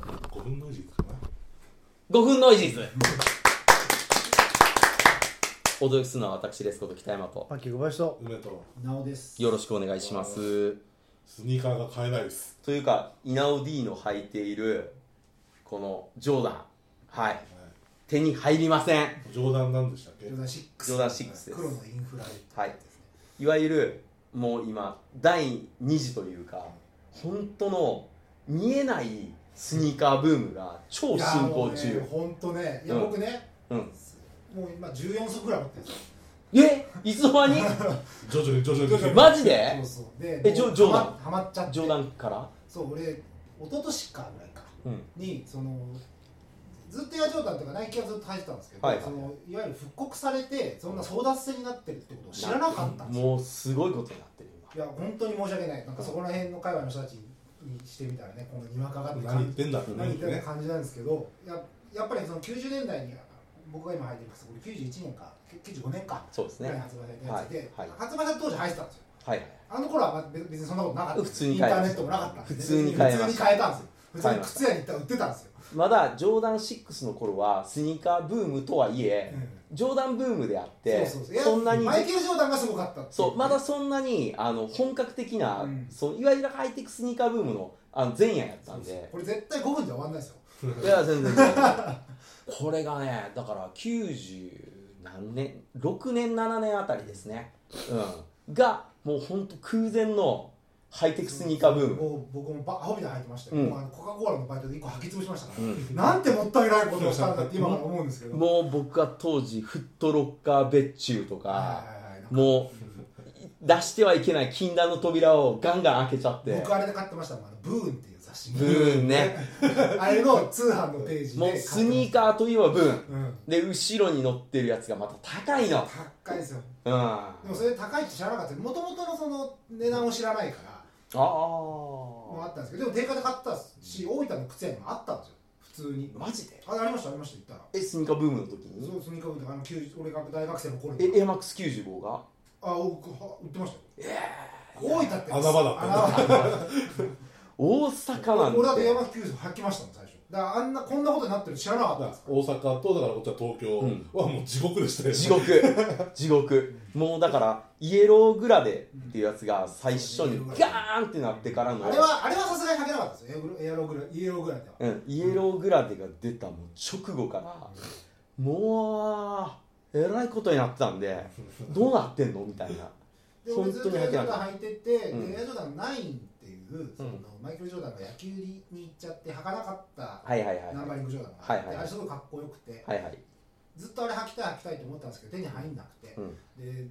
5分の時かな5分ノイジーズお届けするのは私ですこと北山とパンキー小林と梅となおですよろしくお願いしますスニーカーが買えないですというかイナオ D の履いているこのジョーダンはい手に入りません冗談なんでしたっけジョーダン6ジョーダン6です黒のインフラはいいわゆるもう今第2次というか本当の見えないスニーカーブームが超進行いやもう中ねほんとねいやうん僕ねうんもう今14足ぐらい持ってるんですよえいつの間に 徐々に徐々に徐々にマジでそうそうでえもうジョジョーダンはまはまっちゃってジョーダンからそう俺一昨年かぐらいかうんにそのずっとエアジョーダンとかナイキはずっと履いてたんですけど、はいいそのいわゆる復刻されてそんな争奪戦になってるってことを知らなかったんですよもうすごいことになってる今いや本当に申し訳ないなんかそこら辺の界隈の人たちにしてみたらねこのにわかがって何言ってんだ何言ってるね感じなんですけどややっぱりその90年代に僕が今履いてる靴これ91年か95年かそうですぐねらいに発売されたやつで、はいはい発売された当時履いてたんですよはいはいあの頃はまあ別別にそんなことなかった普通にイン買えタまーネしたットもなかったんで普通に買えました普通に買えたんですよ普通買えにました靴屋に行ったら売ってたんですよ、まだジョーダン6の頃はスニーカーブームとはいえ、ジョーダンブームであってそうそうそういやんなにマイケル・ジョーダンがすごかったっていそうまだそんなにあの本格的な、うんそういわゆるハイテクスニーカーブームのあの前夜やったんでこれ絶対5分じゃ終わんないですよいや全然全 然これがねだから90何年6年7年あたりですね、うん、がもうほんと空前のハイテクスニーカーブームもう僕もバアホみたいに履いてましたよ、うんもうあのコカ・コーラのバイトで1個履き潰しましたから、うんなんてもったいないことをしたんだって今から思うんですけどもう僕は当時フットロッカー別注とかはいはいはいなんかもう出してはいけない禁断の扉をガンガン開けちゃって僕あれで買ってましたもんあのブーンっていう雑誌ブーンねあれの通販のページでもうスニーーカーといえばブーンうんで後ろに乗ってるやつがまた高いの高いですようんあでもそれ高いって知らなかったもともとのその値段を知らないからあもうあったんですけどでも定価で買ったし大分の靴屋にもあったんですよ普通にマジであありましたありました言ったらえスニーカーブームの時そにうスニーカーブーンとかあの90俺が大学生の頃えにエアマックス95があおは売ってましたよ大分って穴場だ穴場大阪なんて俺だって山吹球場履きましたもん最初だからあんなこんなことになってる知らなかったんだです大阪とだからこっちは東京うんはもう地獄でしたよ、ね地獄地獄もうだからイエローグラデっていうやつが最初にガーンってなってからのあれはあれはさすがに履けなかったですよエアログライエログラではうん、イエローグラデが出たもう直後から、もうえらいことになってたん でどうなってんのみたいなで本俺当ずにっとエアジョーダン履いてて、うんでエアジョーダン9っていうその、うんマイケル・ジョーダンが野球に行っちゃって履かなかったはいはいはいナンバリング・ジョーダンがあって、はいはいはいあれすごいかっこよくて、はいはいずっとあれ履きたい履きたいと思ったんですけど手に入んなくてう、んで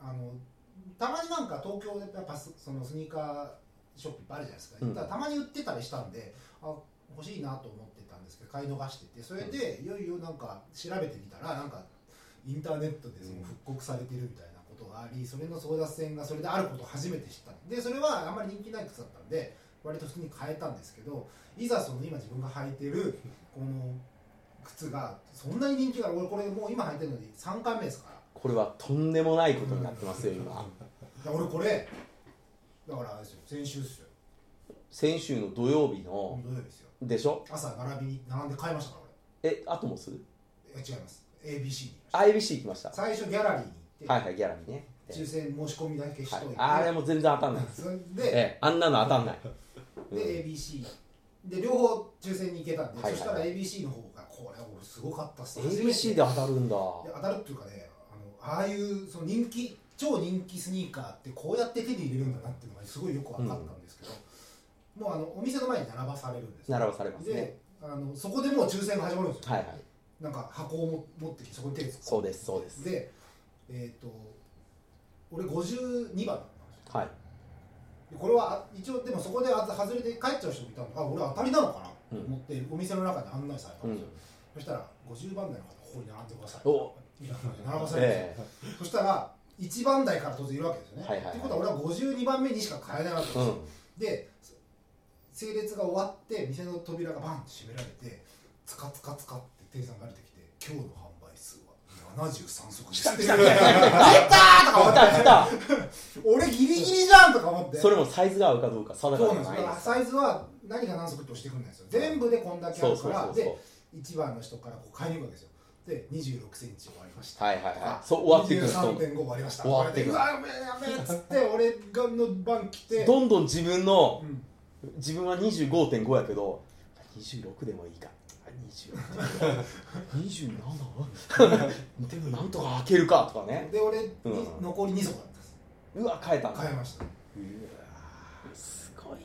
あのたまになんか東京でやっぱそのスニーカーショップいっぱいあるじゃないですか,、うんただたまに売ってたりしたんであ欲しいなと思ってたんですけど買い逃しててそれでいよいよなんか調べてみたらなんかインターネットでその復刻されてるみたいなことがありそれの争奪戦がそれであることを初めて知ったでそれはあんまり人気ない靴だったんで割と普通に買えたんですけどいざその今自分が履いてるこの靴がそんなに人気がある俺これもう今履いてるのに3回目ですからこれはとんでもないことになってますよ今いや俺これだからあれですよ先週ですよ先週の土曜日土の曜日ですよでしょ朝並びに並んで買いましたからえアトモス俺いや違います ABC に行きました IBC 行きました最初ギャラリーに行はっいはいギャラリーねて抽選申し込みだけしはといいて、あれも全然当たんないですそれでええあんなの当たん ないうんで ABC で両方抽選に行けたんで、はいはいはいそしたら ABC の方がこれ俺すごかったっす ABC でで当たるんだ当たるっていうかねあのああいうその人気超人気スニーカーってこうやって手に入れるんだなっていうのがすごいよく分かったんですけど、もうあのお店の前に並ばされるんですよ並ばされますねであのそこでもう抽選が始まるんですよ、はいはいなんか箱をも持ってきてそこに手を突っ込んでそうですそうですでえっ、と俺52番だったんですよはいでこれはあ一応でもそこであ外れて帰っちゃう人もいたんであ俺当たりなのかなと思って、お店の中で案内されたうんですんよ、そしたら50番台の方ここに並んでくださいおみたいな感じで並ばされて、ええそしたら1番台から当然いるわけですよね、はいはいはいってことは俺は52番目にしか買えないわけですうよ、んで整列が終わって店の扉がバンって閉められてつかつかつかって店員さんが歩いてきて「今日の販売数は73足で来すた来た出 たとか思っ来た来て俺ギリギリじゃんとか思ってたそれもサイズが合うかどうか定そうかなじんゃなですよいですだからかサイズは何が何足って押してくるんですよ全部でこんだけあそうるかそうらそうでそ1番の人からこう買いに行くわけですよで2 6センチ終わりましうたはいはいはいあそう終わっていくんですどんど23.5終わりました終わっていくこれでうわやべえやべえっつって俺がの番来てんどんどん自分のうん自分は25.5やけど26でもいいかあ26でもいいか 27? でもなんとか開けるかとかねで俺、うん残り2足だったんですうわ変えたんだ買いましたうわーすごいな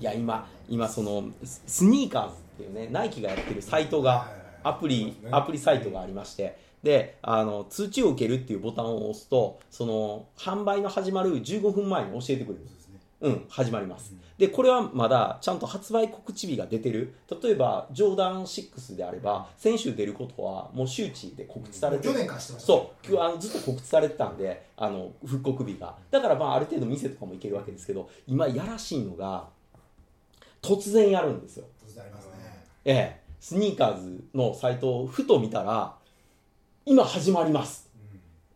いや今今そのススニーカーズっていうねナイキがやってるサイトがアプそうでリすねアプリサイトがありましてであの通知を受けるっていうボタンを押すとその販売の始まる15分前に教えてくれるんですそうですねうん、始まりますうん。で、これはまだちゃんと発売告知日が出てる。例えば、ジョーダン6であれば、先週出ることはもう周知で告知されて去る。年からしてましたそう、きゅあのずっと告知されてたんで、あの復刻日が。だから、まあ、ある程度店とかも行けるわけですけど、今、やらしいのが、突然やるんですよ。突然ありますねええ、スニーカーズのサイトをふと見たら、今始まります。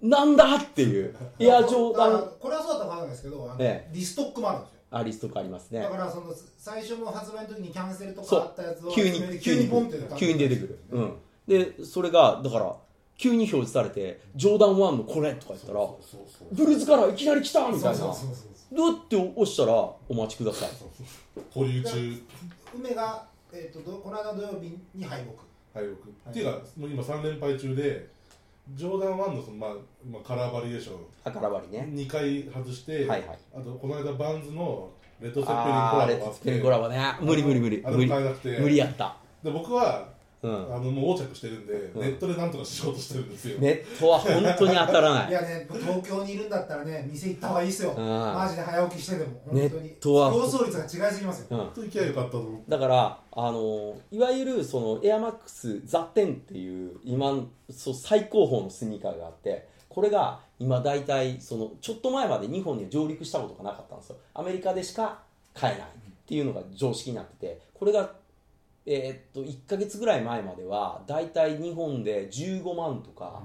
なんだっていう。いや、ジョーダだからン、これはそうだったかわかんないですけどあの、えリストックもあるんですよあリストがありますねだ。からその最初の発売の時にキャンセルとそかうあったやつを急集めに急て急ににポンって出た急に出てくる、うん、でそれがだから急に表示されて「ジョーダン1のこれ」とか言ったらそうそうそう「ブルーズからいきなり来た!」みそたういなそうだそうそうって押したら「お待ちください保留中梅が、えー、とどこの間土曜日に敗北敗北、っていうかもう今3連敗中でジョーダン1のその、まあまあ、カラーバリエーショ」あからばりねン2回外して、はいはいあとこの間バンズのレッドセッペリンコあラあレボがあッドっスてペルコラボね無理無理無理あれ無も理買えなくて無理やったで僕はうあんのもう横着してるんで、んネットでなんとかしようとしてるんですよ、ネットは本当に当たらないいやね東京にいるんだったらね店行った方がいいっすようんマジで早起きしてでもネ本当にットは競争率が違いすぎますよ、うん本当に行きゃよかったと思ってだからあのいわゆるそのエアマックスザテンっていう今そう最高峰のスニーカーがあってこれが今大体そのちょっと前まで日本には上陸したことがなかったんですよアメリカでしか買えないっていうのが常識になっててこれがえーっと1ヶ月ぐらい前までは大体日本で15万とか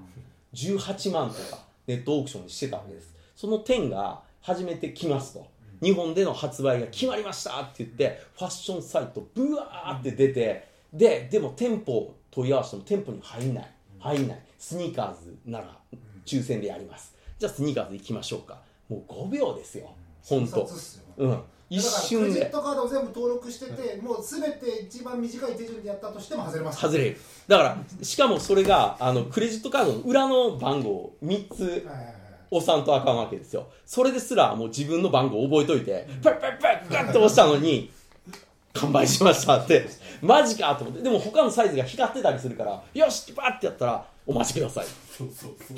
18万とかネットオークションにしてたわけですその点が初めて来ますと日本での発売が決まりましたって言ってファッションサイトブワーって出てででも店舗問い合わせても店舗に入んない入んないスニーカーズなら抽選でやりますじゃあスニーカーズ行きましょうかもう5秒ですよ本当殺っすようん一瞬だからクレジッでトカードを全部登録してて、もうすべて一番短い手順でやったとしても外れます外れるだからしかもそれがあのクレジットカードの裏の番号3つはいはいはい押さんとあかんわけですよそれですらもう自分の番号覚えといてパッパッパッガッと押したのに完売しましたってマジかと思ってでも他のサイズが光ってたりするからよしバッてやったらお待ちくださいそうそうそう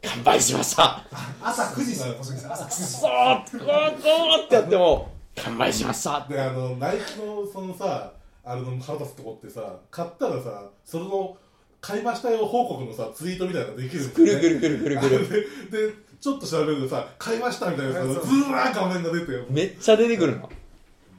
完売しました朝9時ですよ小杉さん朝9時くそーこうこうってやっても完売しましたであのナイキのそのさあれの腹立つとこってさ買ったらさその買いましたよ報告のさツイートみたいなのができるんですくよ、ね、るくるくるくるくる ででちょっと調べるとさ買いましたみたいなさそうずらー画面が出てよめっちゃ出てくるの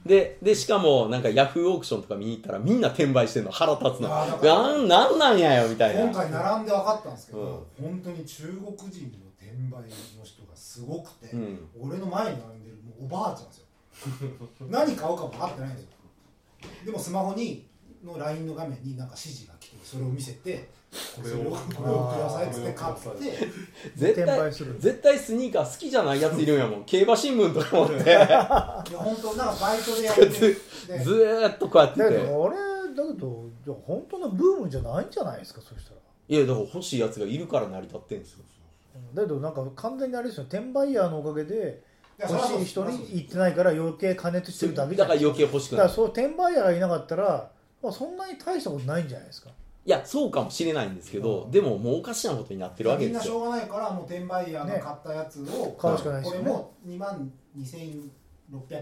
ででしかもなんかヤフーオークションとか見に行ったらみんな転売してんの腹立つのあーだからなんなんなんやよみたいな今回並んで分かったんですけど、本当に中国人の転売の人がすごくて、うん俺の前に並んでるもうおばあちゃんですよ 何買うかも分かってないんですよでもスマホにの LINE の画面になんか指示が来てそれを見せてこそれをこれをくださいっつって買って絶転対売する絶対スニーカー好きじゃないやついるんやもん競馬新聞とか持っていや本当なんかバイトでやってず でずーっとこうやってだけてどあれだけどじゃあ本当のブームじゃないんじゃないですかそしたらいやでも欲しいやつがいるから成り立ってんですようんだけどなんか完全にあれですよ転売ヤーのおかげでいや欲しい人に行ってないから余計加熱してるだけじだゃなかいらです余か計欲しくだなからるそう転売ヤーがいなかったら、まあ、そんなに大したことないんじゃないですかいやそうかもしれないんですけどでももうおかしなことになってるわけみんでなすしよょうがないからもう転売ヤーがね買ったやつを買うしかないですこよれねも2万2600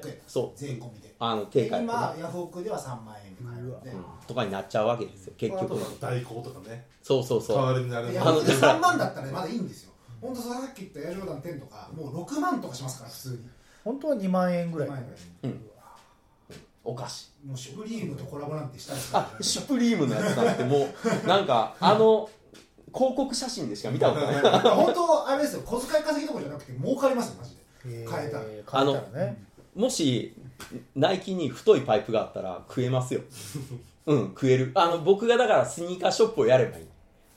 円そう税込みであので定価とか今ヤフオクでは3万円で買えるので、とかになっちゃうわけですよ結結局局代行とかねそうそう代そうわりになれいるやあのだから3万だったらまだいいんですよ本当さっき言ったエアジョーダン10とかもう6万とかしますから普通に本当は2万円ぐらい前のおかしいもうシュプリームとコラボなんてしたいですあからシュプリームのやつなんてもうなんかあの広告写真でしか見たことない本当あれですよ小遣い稼ぎどころじゃなくて儲かりますよマジで変えた変えたあのらねもしナイキに太いパイプがあったら食えますようん食えるあの僕がだからスニーカーショップをやればいい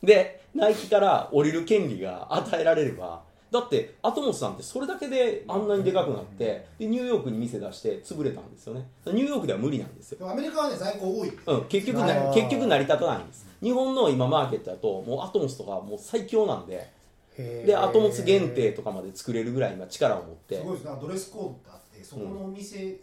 でナイキから降りる権利が与えられればだってアトモスさんってそれだけであんなにでかくなってでニューヨークに店出して潰れたんですよねニューヨークでは無理なんですよでもアメリカはね在庫多いんでうん、結局あなー結局成り立たないんです日本の今マーケットだともうアトモスとかもう最強なんでででアトモス限定とかまで作れるぐらい今力を持ってすごいですねドレスコードってあってそこのお店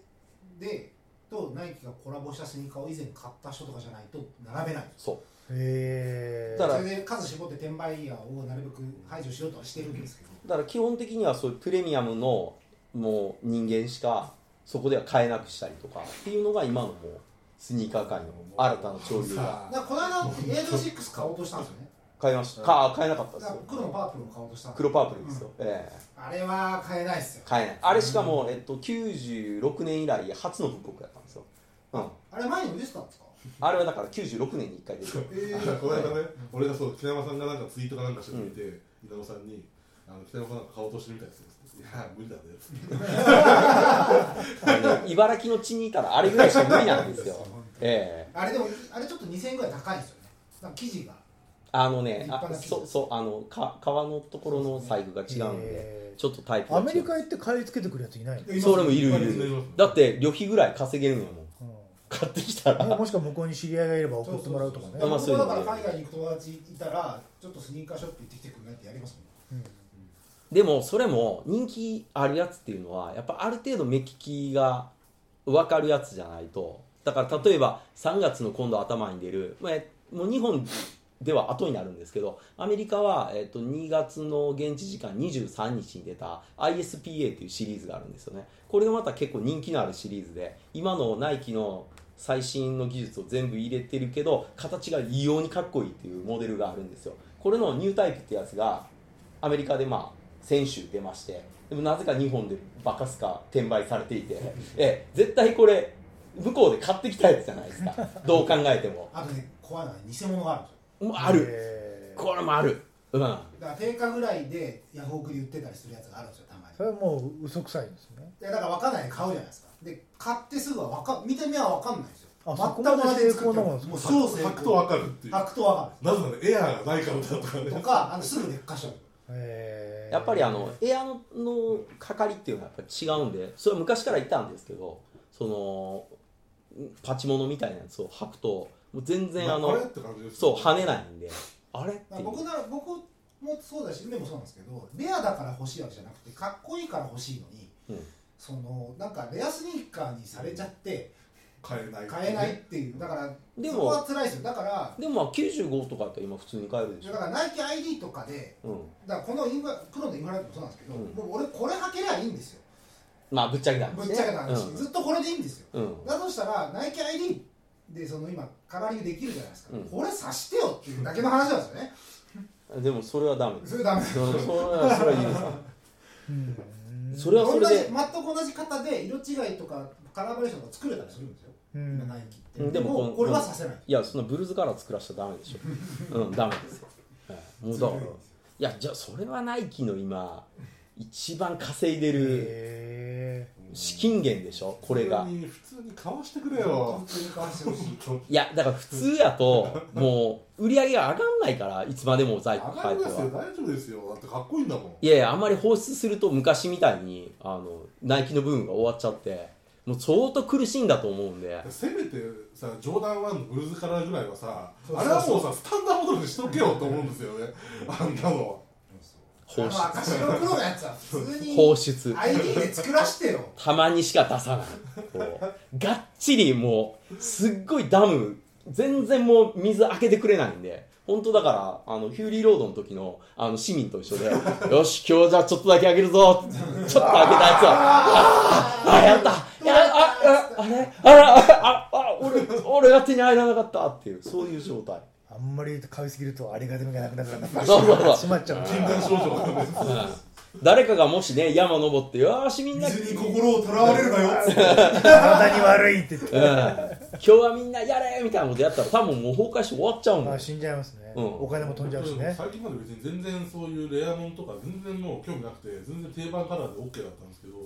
で、とナイキがコラボしたスニーカーを以前買った人とかじゃないと並べないそへえだからそれで数絞って転売ヤーをなるべく排除しようとはしてるんですけどうだから基本的にはそういうプレミアムのもう人間しかそこでは買えなくしたりとかっていうのが今のもうスニーカー界の新たな潮流がさなんかこの間エイド6買おうとしたんですよね買いましたか買えなかっただでかすらよ黒のパープルも買おうとしたんです黒パープルですよ、ええあれは買えないですよ買えないあれしかも、えっと、96年以来初の復刻だったんですよ、うん、あれ前にも出てたんですかあれはだから96年に1回出てるえあこの間ね、俺がそう、北山さんがなんかツイートかなんかしてくれて、稲尾さんに、あの北山さんなんか買おうとしてるみたいですよって言っていや、無理だねって言ってあの茨城の地にいたらあれぐらいしか無理なん ですよええあれでもあれちょっと2000円ぐらい高いんですよねなんか生地があのね立派あなそうそうあのか革のところの細工が違うんでへーちょっとタイプが違アうメリカ行って買い付けてくるやついないのそれもいるいいっぱいいるますだって旅費ぐらい稼げるのもん買ってきたうんねらもしくは向こうに知り合いがいれば送ってもらうとかねあまあ僕もだかそういうらのも海外に行く友達いたらちょっとスニーカーショップ行ってきてくんないってやりますもんでもそれも人気あるやつっていうのはやっぱある程度目利きが分かるやつじゃないとだから例えば3月の今度頭に出る、まあ、えもう日本では後になるんですけどアメリカは、えっと2月の現地時間23日に出た ISPA っていうシリーズがあるんですよねこれがまた結構人気のあるシリーズで今のナイキの最新の技術を全部入れてるけど形が異様にかっこいいっていうモデルがあるんですよこれのニュータイプってやつがアメリカでまあ先週出ましてでもなぜか日本でバカすか転売されていて ええ絶対これ向こうで買ってきたやつじゃないですか どう考えてもあとね怖いのは偽物があるんですよもうあるへーこれもあるうんだから定価ぐらいでヤフオクで売ってたりするやつがあるんですよたまにそれはもう嘘くさいんですねいやだから分かんないで買うじゃないですかで買ってすぐは分か見た目は分かんないんですよあ全そこまでく同じで作ってあ成功るなんですかもう超成履くと功分かるっていう。履なくと分かぜならエアーがないからだとかるねと。かあのすぐ劣化しちゃうへーやっぱりあのエアのの係っていうのはやっぱり違うんでそれは昔から言ったんですけどそのパチモノみたいなやつを履くともう全然あまああれっのて感じですそうよ跳ねないんであれってだかいら僕うなら僕もそうだしでもそうなんですけどレアだから欲しいわけじゃなくてかっこいいから欲しいのに、うんそのなんかレアスニーカーにされちゃって買えない。買えないっていうだからでもそこは辛いですよだからでもまあ95とかって今普通に買えるでしだょからナイキ ID とかでうんだからこのインフラ黒のインフラでもそうなんですけど、うんもう俺これ履けりゃいいんですよまあぶっちゃけなんでぶっすちねゃけた話、ずっとこれでいいんですようん、うんだとしたらナイキ ID でその今カバーリングできるじゃないですか、うんこれさしてよっていうだけの話なんですよねでもそれはダメです。それダメそれそれはそれはいいですか。うんそれはそれ同でじ、全く同じ型で色違いとかカラーバリエーションとか作れたりするんですよ、うんナイキって、うんででももこのこれはさせない、いやそのブルーズカラー作らせちゃダメでし ょ。うん、ダメですよ。はいもうだから、いやじゃあそれはナイキの今一番稼いでるへ資金源でしょ。これが普。通に、普通に買わしてくれよ本。当に買わせてほしいいやだから普通やともう売り上げが上がんないからいつまでも在上庫が抱えりてますよ、は。大丈夫ですよ。だってかっこいいんだもん。いやいやあんまり放出すると昔みたいにあのナイキの部分が終わっちゃってもう相当苦しいんだと思うんで。せめてさ、ジョーダン1のブルーズカラーぐらいはさ、そうあそうれそうはもうさ、スタンダードモデルにしとけよと思うんですよね。あんなのは。あ放の出赤白黒のやつは普通放に出 ID で作らしてよたまにしか出さないこうがっちりもうすっごいダム全然もう水開けてくれないんで本当だからあのヒューリーロードの時のあの市民と一緒で 「よし今日じゃあちょっとだけあげるぞ」ちょっとあげたやつは「あーあやったいやあああれあらあああ俺俺が手に入らなかった」っていうそういう状態ーあんまり買いすぎるとありがたみがなくなるからそうそうそう閉まっちゃう禁断症状がね。誰かがもしね山登ってよーしみんな、うん、水に心をとらわれるなよっつって体に悪いって言って今日はみんなやれみたいなことやったら多分もう崩壊して終わっちゃうんだまよあ死んじゃいますね、うんお金も飛んじゃうしね最近まで別に全然そういうレアもんとか全然もう興味なくて全然定番カラーで OK だったんですけど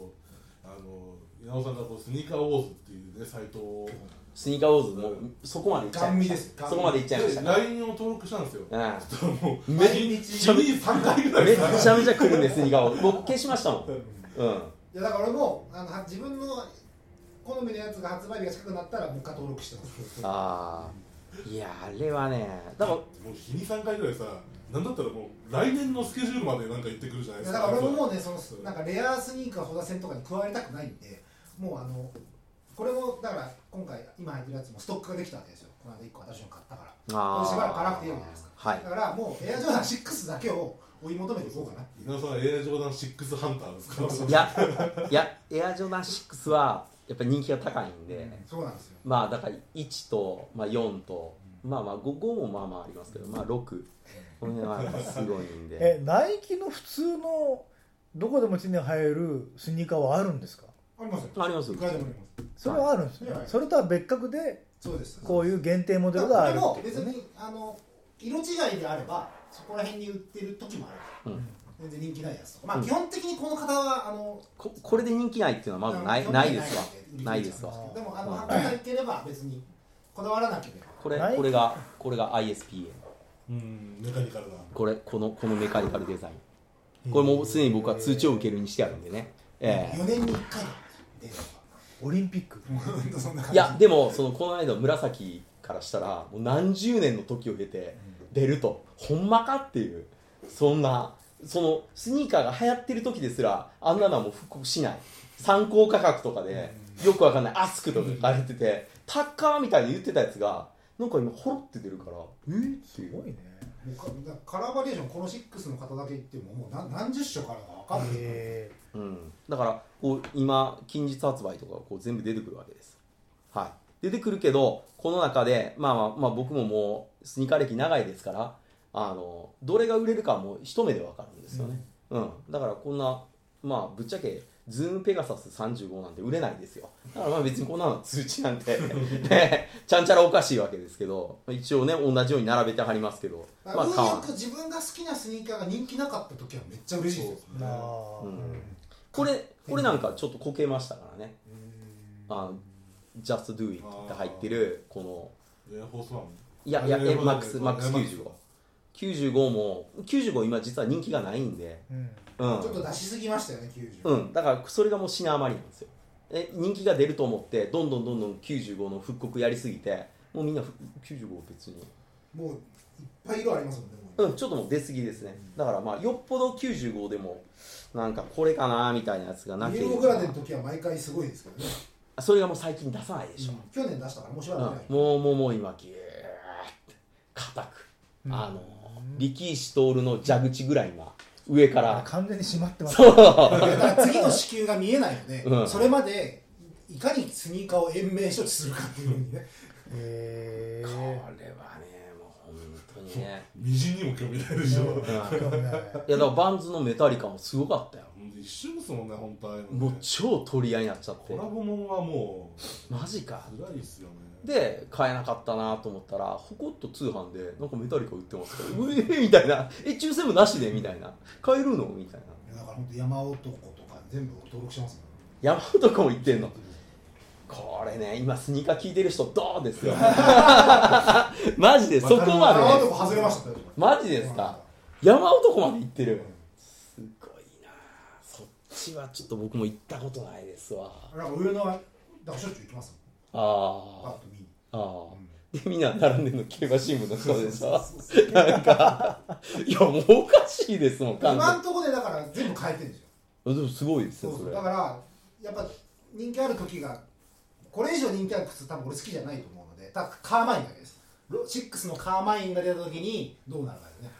あの稲尾さんがこうスニーカーウォーズっていうねサイトをスニーカーウォーズもうそこまでいっちゃいましたガン見ですガン見そこまでいっちゃいましたでね LINE を登録したんですよ、うんそしたらもうめっ毎日週に3回ぐらいめっちゃめちゃ来るんでスニーカーを僕消しましたもんうんいやだから俺もあのは自分の好みのやつが発売日が近くなったらもう一回登録してますああいやあれはねだからもう日に3回ぐらいさなんだったらもう来年のスケジュールまでなんか言ってくるじゃないいでやすだかから俺ももうねそのなんかレアスニーカー保田線とかに加わりたくないんでもうあのこれもだから今回今入ってるやつもストックができたわけですよこの間1個私も買ったからこあれーしばらく買わなくていいわけじゃないですか、はいだからもうエアジョーダン6だけを追い求めていこうかな稲尾さんはエアジョーダン6ハンターですからいやいやエアジョーダン6はやっぱ人気が高いんで、そうなんですよまあだから1と、まあ、4と、まあまあ 5, 5もまあまあありますけどまあ6こ の辺はやっぱすごいんでえナイキの普通のどこでも手に入るスニーカーはあるんですかありますよありますいくらでもありますそれはあるんですね、はいそれとは別格でそうですこういう限定モデだルかがらあこるれもってい別うねにあの色違いであればそこら辺に売ってる時もある、うん全然人気ないやつとかまあ、うん基本的にこの方はあのここれで人気ないっていうのはまずない基本ない的にですわないですわでもあのうん販売されてれば別にこだわらなければこれないこれがこれが ISPA うんメカニカルなこれこのこのメカニカルデザインこれもうすでに僕は通知を受けるにしてあるんでねええ4年に1回だって いうオリンピックデータがほんとそんな感いじやでもそのこの間紫からしたらもう何十年の時を経て出るとほんまかっていうそんなそのスニーカーが流行ってる時ですらあんなのはもう復刻しない参考価格とかでよくわかんないアスクとか書かれててタッカーみたいに言ってたやつがなんか今ほろって出るからえーっていすうごいねもうかだからカラーバリエーションこの6の方だけ言ってももう何何十色からか分かんないへうん、だからこう今近日発売とかこう全部出てくるわけです、はい、出てくるけどこの中で、まあまあ、まあ僕ももうスニーカー歴長いですからあのどれが売れるかはもう一目で分かるんですよね、うんだからこんな、まあ、ぶっちゃけズームペガサス35なんて売れないですよだからまあ別にこんなの通知なん て、ね、ちゃんちゃらおかしいわけですけど一応ね同じように並べてはりますけどだから運買わよないく自分が好きなスニーカーが人気なかった時はめっちゃ嬉しいですよそうえなあ、うんこれこれなんかちょっとこけましたからねあの Just Do It って入ってるこのエアフォースワンいやいやエアフォー a スワン m a x m a x エアマック9 5 95も95今実は人気がないんでうんうんちょっと出しすぎましたよね90、うんだからそれがもう死なあまりなんですよえ人気が出ると思ってどんどんどんどん95の復刻やりすぎてもうみんなふ95別にもういっぱい色ありますもんねもううんちょっともう出過ぎですねだからまあよっぽど95でもなんかこれかなみたいなやつがなけイエれロばーグラデの時は毎回すごいですけどね、それがもう最近出さないでしょ、去年出したからもうしばらくない、うん、もうもうもう今ギューって硬く、あの力石徹の蛇口ぐらい今上から完全に閉まってますそうだから次の支給が見えないので、うんそれまでいかにスニーカーを延命処置するかっていうのにねへえこれはねもう本当にねみじんにも興味ないでしょ、うんいや興味ないだからバンズのメタリカもすごかったよほんで一瞬ですもんね本当ああいうものうね超取り合いになっちゃってコラボもんはもうマジか辛いっすよねで買えなかったなと思ったらほこっと通販でなんかメタリカ売ってますからうえーみたいなえ抽選もなしでみたいな買えるのみたいないやだから本当山男とか全部登録してますもん山男も言ってんのこれね今スニーカー聞いてる人どうですよ マジでそこあれ山まで男外れましたよマジですか山男まで行ってるすごいなそっちはちょっと僕も行ったことないですわなんか上野はだからしょっちゅう行きますもんあパッと見にーあーでみんな並んでるの競馬新聞の人でしょなんかいやもうおかしいですもん完今んとこでだから全部変えてるんですよ全にでもすごいですそねうそそうれだからやっぱ人気ある時がこれ以上人気ある靴多分俺好きじゃないと思うのでただカーマインだけですロシックスのカーマインが出た時にどうなるかですね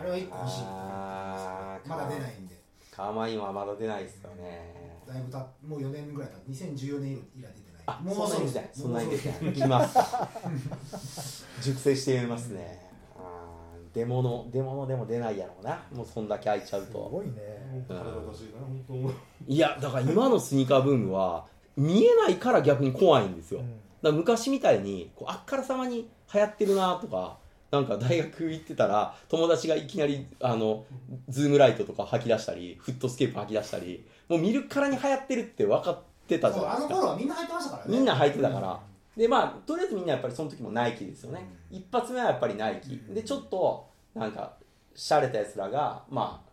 あれは一個欲しいあーまだ出ないんでカーマインはまだ出ないですよねだいぶたもう4年ぐらい経って2014年以来出てないあ、ももううそんなに出てない。そんなに出てない。いきます。熟成していますね。あー出物出物でも出ないやろうなもうそんだけ空いちゃうすとごいね本当腹立たしいな本当思ういやだから今のスニーカーブームは見えないから逆に怖いんですよ、うんだから昔みたいにこうあっからさまに流行ってるなとかなんか大学行ってたら友達がいきなりあのズームライトとか吐き出したりフットスケープ吐き出したりもう見るからに流行ってるって分かってたじゃそうないあでのす頃かはみんな入ってましたからねみんな履いてたからでまあとりあえずみんなやっぱりその時もナイキですよね一発目はやっぱりナイキでちょっとなんか洒落たやつらがまあ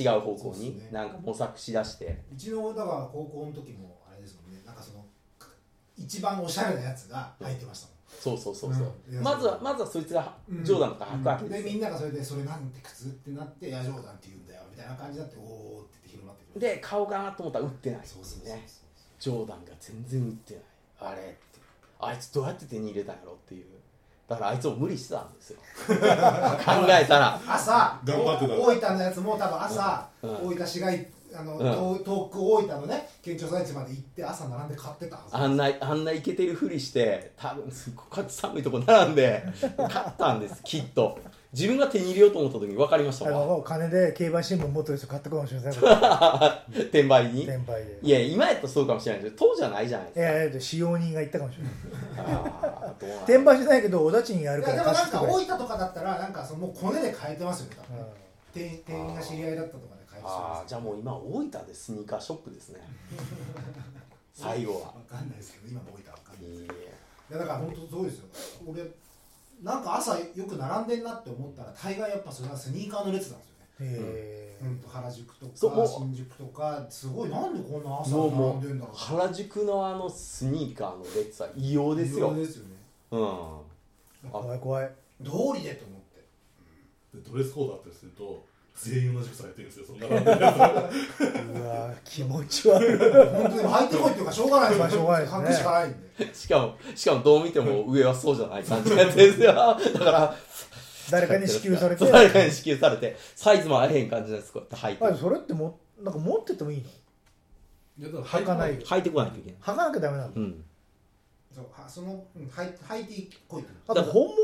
違う方向そうっにすねなんか模索しだしてうちのだから高校の時もあれですもんねなんかその一番おしゃれなやつが入ってましたもんそうそうそうそううんいやまずそはうまずはそいつがうんジョーダンとか履くわけですでよみんながそれでそれなんて靴ってなってヤジョーダンって言うんだよみたいな感じになっておおって言って広まってくるで買おうかなと思ったら売ってないっていそううそうそうそうねジョーダンが全然売ってないあれってあいつどうやって手に入れたんやろっていうだからあいつも無理してたん ですよ考えたら朝頑張ってた大分のやつも多分朝、うん大分市街あの、う遠遠く大分のね県庁所在地まで行って朝並んで買ってたはずあんなあんなイケてるふりして多分すっごい寒いとこ並んで買ったんですきっと自分が手に入れようと思った時に分かりましたあわの金で競馬新聞持ってる人買ったかもしれませんね転売に 転売でいや今やったらそうかもしれないけど当時はないじゃないですいかやいや使用人が言ったかもしれないあーどうなん転売してないけどおだちにやいるやかでらも貸なしんてかくれ大分とかだったらなんかそのもうコネで買えてますよね多う分ん店員店員が知り合いだったとかで買えてあうーですじゃあもう今大分でスニーカーショップですね最後はわかんないですけど今も大分わかんないいいえいやだから本当そうですよ俺なんか朝よく並んでんなって思ったら大概やっぱそれはスニーカーの列なんですよねえうんと原宿とそうもうか新宿とかすごいなんでこんな朝もう並もんでんだうろう原宿のあのスニーカーの列は異様ですよ異様ですよねうんー怖い怖い道理でと思ってでドレスコードあったりすると全員同じ靴履いてるんですよそんな感じでうわー気持ち悪 い本当に入ってこいっていうかしょうがないですよしょうがないですね書くしかないんでしかもしかもどう見ても上はそうじゃない感じのやつですよだから誰かに支給されてそう誰かに支給されてサイズもあれへん感じのやつこうやって履あいてそれってもなんか持ってってもいいのいやだ履かないよ履いてこないといけない履かなきゃダメなのうんそうはそのうん入って入ってこいっていうあと本物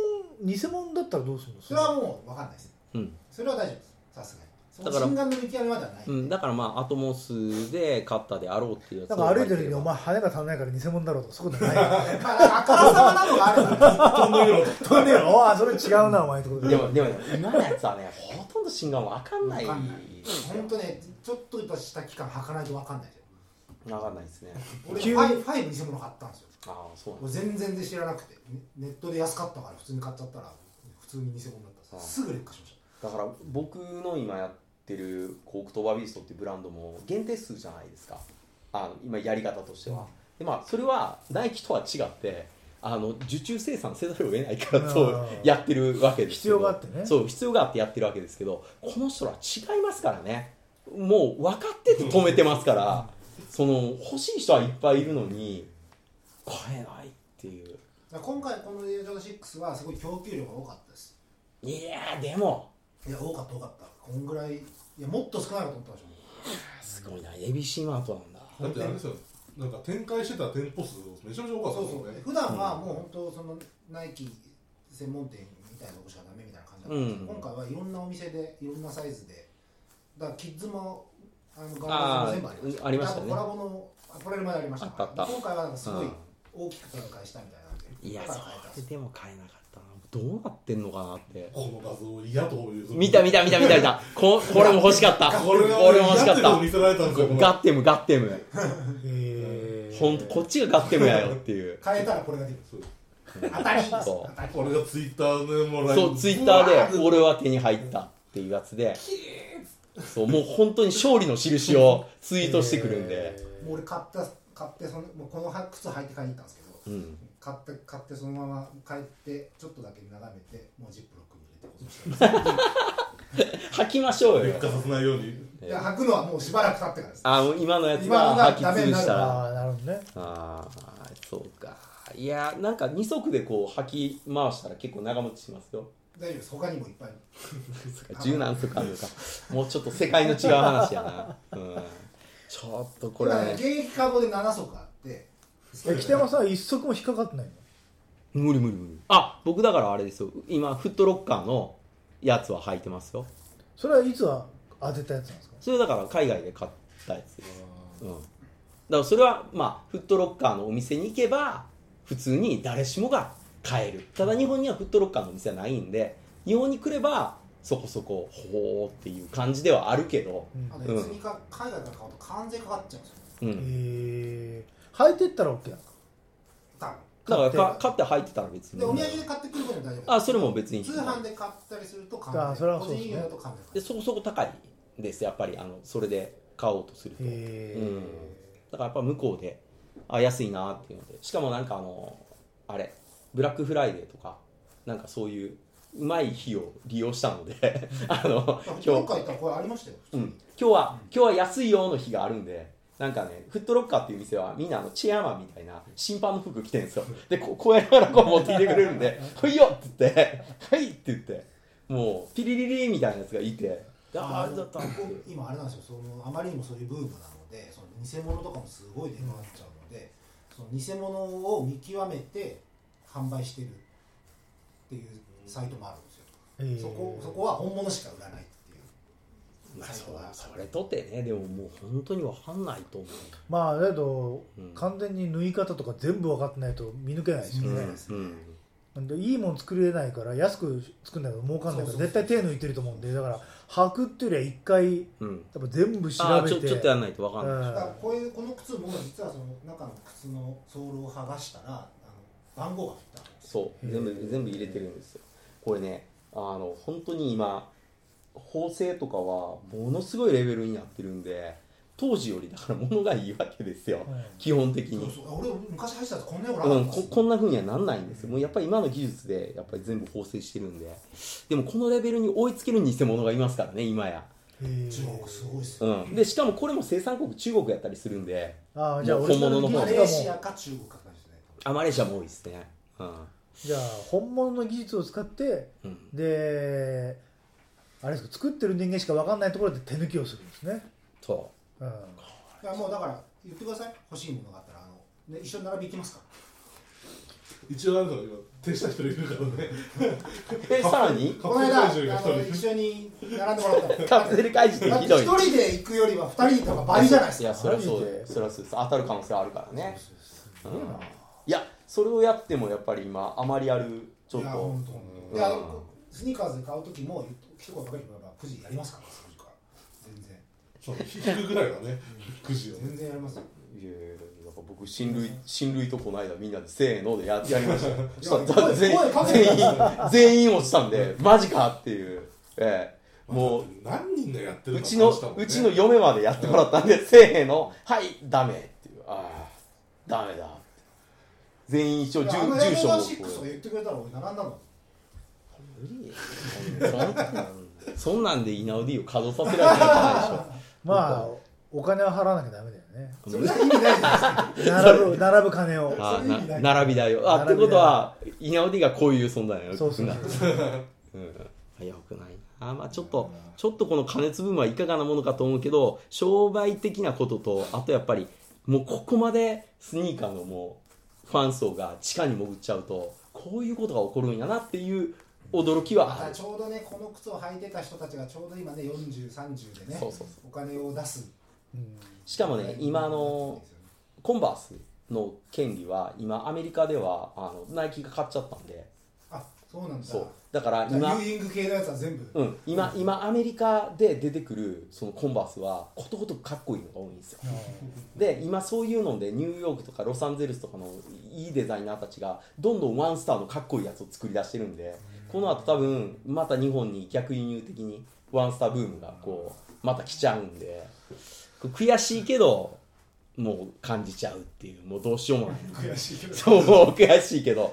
偽物だったらどうするのそれはもう分かんないですうんそれは大丈夫ですさすがにそだからの心眼の見極めまではないうん、だからまあアトモスで買ったであろうっていうやつなをんか歩いてる時にばお前羽が足んないから偽物だろうとかそういうこと ないまああからさまなのがあるから飛んでみろと飛んでるおあそれ違うなお前ってことでもでも今のやつはねほとんど心眼わかんないわかんない本当ねちょっとした期間履かないと分かんないじゃんわかんないですね俺急フにァイファイブ偽物買ったんですよああそうなん俺だ全然で知らなくてねネットで安かったから普通に買っちゃったら普通に偽物だったんですすぐ劣化しましだから僕の今やってるこうオクトーバービーストっていうブランドも限定数じゃないですかあの今やり方としてはでまあそれはナイキとは違ってあの受注生産せざるを得ないからそううんやってるわけですけど必要があってねそう必要があってやってるわけですけどこの人ら違いますからねもう分かってて止めてますからその欲しい人はいっぱいいるのに買えないっていうただから今回このエージョーダ6はすごい供給量が多かったですいやーでもいや多かった多かったこんぐらいいやもっと少ないかと思ってましたもんすごいな ABC マートなだんだってあれですよなんか展開してた店舗数めちゃめちゃ多かったそうですそもんうね普段はもう本当そのナイキ専門店みたいなとこしかダメみたいな感じだったんですけど、うん今回はいろんなお店でいろんなサイズでだからキッズもあのあーガールズも全部あありりままししたたねあとコラボのアパレルまでありましたからあったあった今回はすごういん大きく展開したみたいなんでいやだから変えそたんでれすでも買えなかったなどうなってんのかなってこの画像嫌という見た見た見た見た見たここれも欲しかったこれが俺も欲しかっ嫌たと見せられたんですよこのガッテムガッテムえほんとこっちがガッテムやよっていう変えたらこれが出るそう当たりですそう当たり俺がツイッターでもらそうツイッターで俺は手に入ったっていうやつでそうもう本当に勝利の印をツイートしてくるんで、もう俺買った買ってそのもうこの靴履いて買いに行ったんですけどうん、買って買ってそのまま帰ってちょっとだけ眺めてもうジップロックに入れて保存してます吐きましょう劣よ化させないようにいや履くのはもうしばらく経ってからです。あもう今のやつ今のがが吐き潰したらああなるほどねああそうかいやなんか二足でこう吐き回したら結構長持ちしますよ大丈夫です。他にもいっぱい。そっか柔軟とかあるのかもうちょっと世界の違う話 やな、うん、ちょっとこれは今ねね現役カーボで7足あって。え北山さんは一足も引っかかってないの無理無理無理あ僕だからあれですよ今フットロッカーのやつは履いてますよそれはいつは当てたやつなんですかそれだから海外で買ったやつです、うん、だからそれはまあフットロッカーのお店に行けば普通に誰しもが買えるただ日本にはフットロッカーのお店はないんで日本に来ればそこそこほーっていう感じではあるけど、うんあの別にか海外から買うと関税かかっちゃうんですようん、えー、履いてったら OK なの多分だからか買買って入ってたら別にでお土産で買ってくることも大丈夫あそれも別に通販で買ったりすると関あ税それはそう個ですね人輸入だと関税かかでるそこそこ高いですやっぱりあのそれで買おうとすると、えーうんだからやっぱ向こうであ安いなっていうのでしかもなんかあのあれブラックフライデーとかなんかそういううまい日を利用したので あの今今日回行ったらこれありましたよ普通うにん、今日は、今日は安いよの日があるんで、なんかね、フットロッカーっていう店は、みんなあのチェアマンみたいな審判の服着てるんですよ。で、こうこうやりながらこう持ってきてくれるんで、 ほいよって言って、はいって言って、もう、ピリリリみたいなやつがいて、でああ、あれだったってこう今あれなんですよそのあまりにもそういうブームなのでその偽物とかもすごい出回っちゃうので、その偽物を見極めて販売してるっていうサイトもあるんですよ、えーそこそこは本物しか売らないっていうまあ、サイそトうがあるそれとってね、でももう本当にわかんないと思う。まあだけど、うん完全に縫い方とか全部分かってないと見抜けないですようね、んうんなんでいいもん作れないから安く作んないと儲かんないからそうそう絶そう対手抜いてると思うんでだから履くっていうよりは一回やうん、っぱ全部調ああべちょてちょっとやんないとわかんない、だからうこういうこの靴も実はその中の靴のソールを剥がしたらあの番号が振ってあるんですよそう全部全部入れてるんですよこれねあの本当に今縫製とかはものすごいレベルになってるんで当時よりだから物がいいわけですよ、ん基本的にそうそう俺昔走ったやつこんなようなかうん、ったこですこんな風にはなんないんですよもうやっぱり今の技術でやっぱり全部縫製してるんででもこのレベルに追いつける偽物がいますからね今や、へー中国すごいですよ、うん、でしかもこれも生産国中国やったりするんでああじゃあもうオリジナルの技マ術レがーシもアうか中国かって感じですねあマレーシアも多いですねうん、じゃあ本物の技術を使ってうん、であれですか作ってる人間しか分かんないところで手抜きをするんですね、そうん、いやもうだから言ってください欲しいものがあったらあの、ね、一緒に並び行きますか一応なんか今手した人いるからねうでさらにカらプこのセル怪獣が間あの一人一緒に並んでもらったのカプセル開示だっっててひどい一人で行くよりは二人とか倍じゃないですいやかそりゃそうマジでそりゃそうです当たる可能性あるからねごいなうんいやそれをやってもやっぱり今あまりあるちょっいやと本当にうんであのスニーカーズで買う時も言っと一声かけてくれば9時やりますからその時から全然そう引くぐらいはねくじをね全然やりますよいやいやいやなんか僕親類親類とこの間みんなでせーのでややりましたよそしたら声全員声かけて全員全員落ちたんでマジかっていうええもう何人がやってるうかちの話したもんねうちの嫁までやってもらったんでせーのはいダメっていうああダメだ全員一応い住やあの住所もシックスを言ってくれたら俺並んだの無理そん そんなんでイナウディを稼働させられるわまあお金は払わなきゃダメだよねけそないれでしじょゃ意味ないじゃないですか並ぶ並ぶ金をあそれ意味なない並びだよあって並びだこよとはイナウディがこういう存在なのそうそうそううん、よくないなあまあちょっとちょっとこの加熱分はいかがなものかと思うけど商売的なこととあとやっぱりもうここまでスニーカーのもうファン層が地下に潜っちゃうとこういうことが起こるんやなっていう驚きまはあたるちょうどねこの靴を履いてた人たちがちょうど今ね4030でねそうそうそうお金を出すうんしかもね今のコンバースの権利は今アメリカではあのナイキが買っちゃったんであそうなんだそうだからじゃあ今ユーイング系のやつは全部、うん、今今アメリカで出てくるそのコンバースはことごとくかっこいいのが多いんですよで今そういうのでニューヨークとかロサンゼルスとかのいいデザイナーたちがどんどんワンスターのかっこいいやつを作り出してるんでこの後多分また日本に逆輸入的にワンスターブームがこうまた来ちゃうんで悔しいけどもう感じちゃうっていうもうどうしようもない悔しいけどそう悔しいけど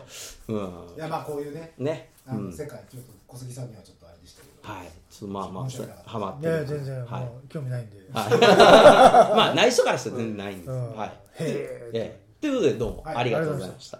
うんいやまあこういうねねあのうん世界ちょっと小杉さんにはちょっとあれでしたけど、はい、ちょっとまあま面白いなあ、はまっいてやいるや全は然、い、もう興味ないんで、はい、まあ、ない人からしたら全然ないんです。うんはい、へえええ、ということで、どうもはいありがとうございました。